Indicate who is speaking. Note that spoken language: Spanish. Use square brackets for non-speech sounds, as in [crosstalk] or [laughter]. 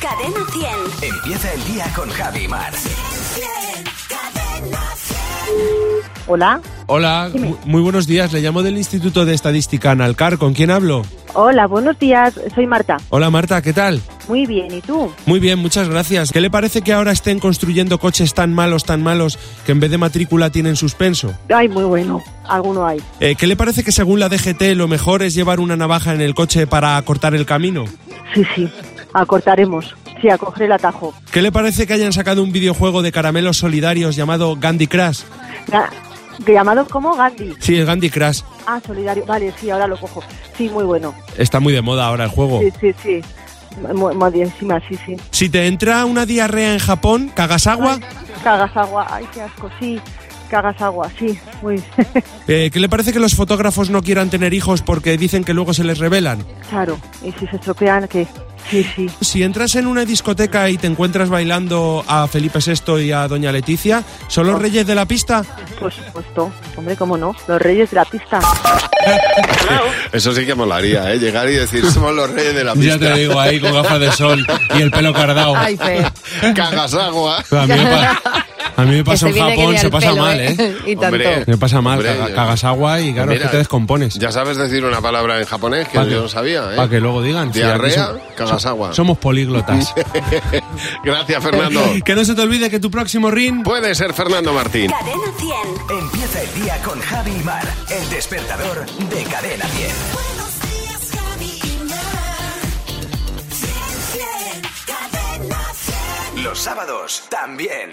Speaker 1: Cadena 100.
Speaker 2: Empieza el día con Javi Mar.
Speaker 3: Hola.
Speaker 4: Hola, mu- muy buenos días. Le llamo del Instituto de Estadística Analcar. ¿Con quién hablo?
Speaker 3: Hola, buenos días. Soy Marta.
Speaker 4: Hola Marta, ¿qué tal?
Speaker 3: Muy bien, ¿y tú?
Speaker 4: Muy bien, muchas gracias. ¿Qué le parece que ahora estén construyendo coches tan malos, tan malos, que en vez de matrícula tienen suspenso?
Speaker 3: Ay, muy bueno. Alguno hay.
Speaker 4: Eh, ¿Qué le parece que según la DGT lo mejor es llevar una navaja en el coche para acortar el camino?
Speaker 3: Sí, sí. Acortaremos. Sí, a coger el atajo.
Speaker 4: ¿Qué le parece que hayan sacado un videojuego de caramelos solidarios llamado Gandhi Crash?
Speaker 3: Ya- Llamado como Gandhi.
Speaker 4: Sí, el Gandhi Crash.
Speaker 3: Ah, solidario. Vale, sí, ahora lo cojo. Sí, muy bueno.
Speaker 4: Está muy de moda ahora el juego.
Speaker 3: Sí, sí, sí. Muy, muy bien, encima, sí, sí.
Speaker 4: Si te entra una diarrea en Japón, cagas agua.
Speaker 3: Cagas agua. Ay, qué asco. Sí, cagas agua. Sí, muy.
Speaker 4: Eh, ¿Qué le parece que los fotógrafos no quieran tener hijos porque dicen que luego se les revelan?
Speaker 3: [laughs] claro. Y si se estropean, ¿qué? Sí, sí.
Speaker 4: Si entras en una discoteca y te encuentras bailando a Felipe VI y a Doña Leticia, ¿son los reyes de la pista?
Speaker 3: Por supuesto. Hombre, cómo no. Los reyes de la pista.
Speaker 5: Eso sí que molaría, ¿eh? Llegar y decir, somos los reyes de la
Speaker 6: Ya
Speaker 5: pista.
Speaker 6: te digo, ahí con gafas de sol y el pelo cardado.
Speaker 7: Ay, fe.
Speaker 5: [laughs] Cagas agua.
Speaker 4: A mí me, pa- a mí me
Speaker 7: Que
Speaker 4: pasa en
Speaker 7: viene que ni
Speaker 4: Japón,
Speaker 7: al
Speaker 4: se pasa
Speaker 7: pelo,
Speaker 4: mal, ¿eh?
Speaker 7: Y tanto.
Speaker 5: Hombre.
Speaker 4: Me pasa mal,
Speaker 5: Hombre,
Speaker 4: caga-
Speaker 5: yo-
Speaker 4: cagas agua y claro, es
Speaker 5: Mira,
Speaker 4: que te descompones.
Speaker 5: Ya sabes decir una palabra en japonés que
Speaker 4: Pa'
Speaker 5: yo
Speaker 4: que-
Speaker 5: no sabía, ¿eh?
Speaker 4: Para que luego digan. sí, aquí
Speaker 5: Diarrea,
Speaker 4: som-
Speaker 5: cagas
Speaker 4: so-
Speaker 5: agua.
Speaker 4: Somos políglotas.
Speaker 5: [laughs]
Speaker 4: [laughs]
Speaker 5: Gracias, Fernando.
Speaker 4: que no se te olvide que tu próximo ring...
Speaker 5: Puede ser Fernando Martín.
Speaker 1: Cadena 100.
Speaker 2: Empieza el día con Javi Mar. El despertador de Cadena 10.
Speaker 8: Buenos días, Javi y Mar. Bien, bien, cadena 100.
Speaker 2: Los sábados también.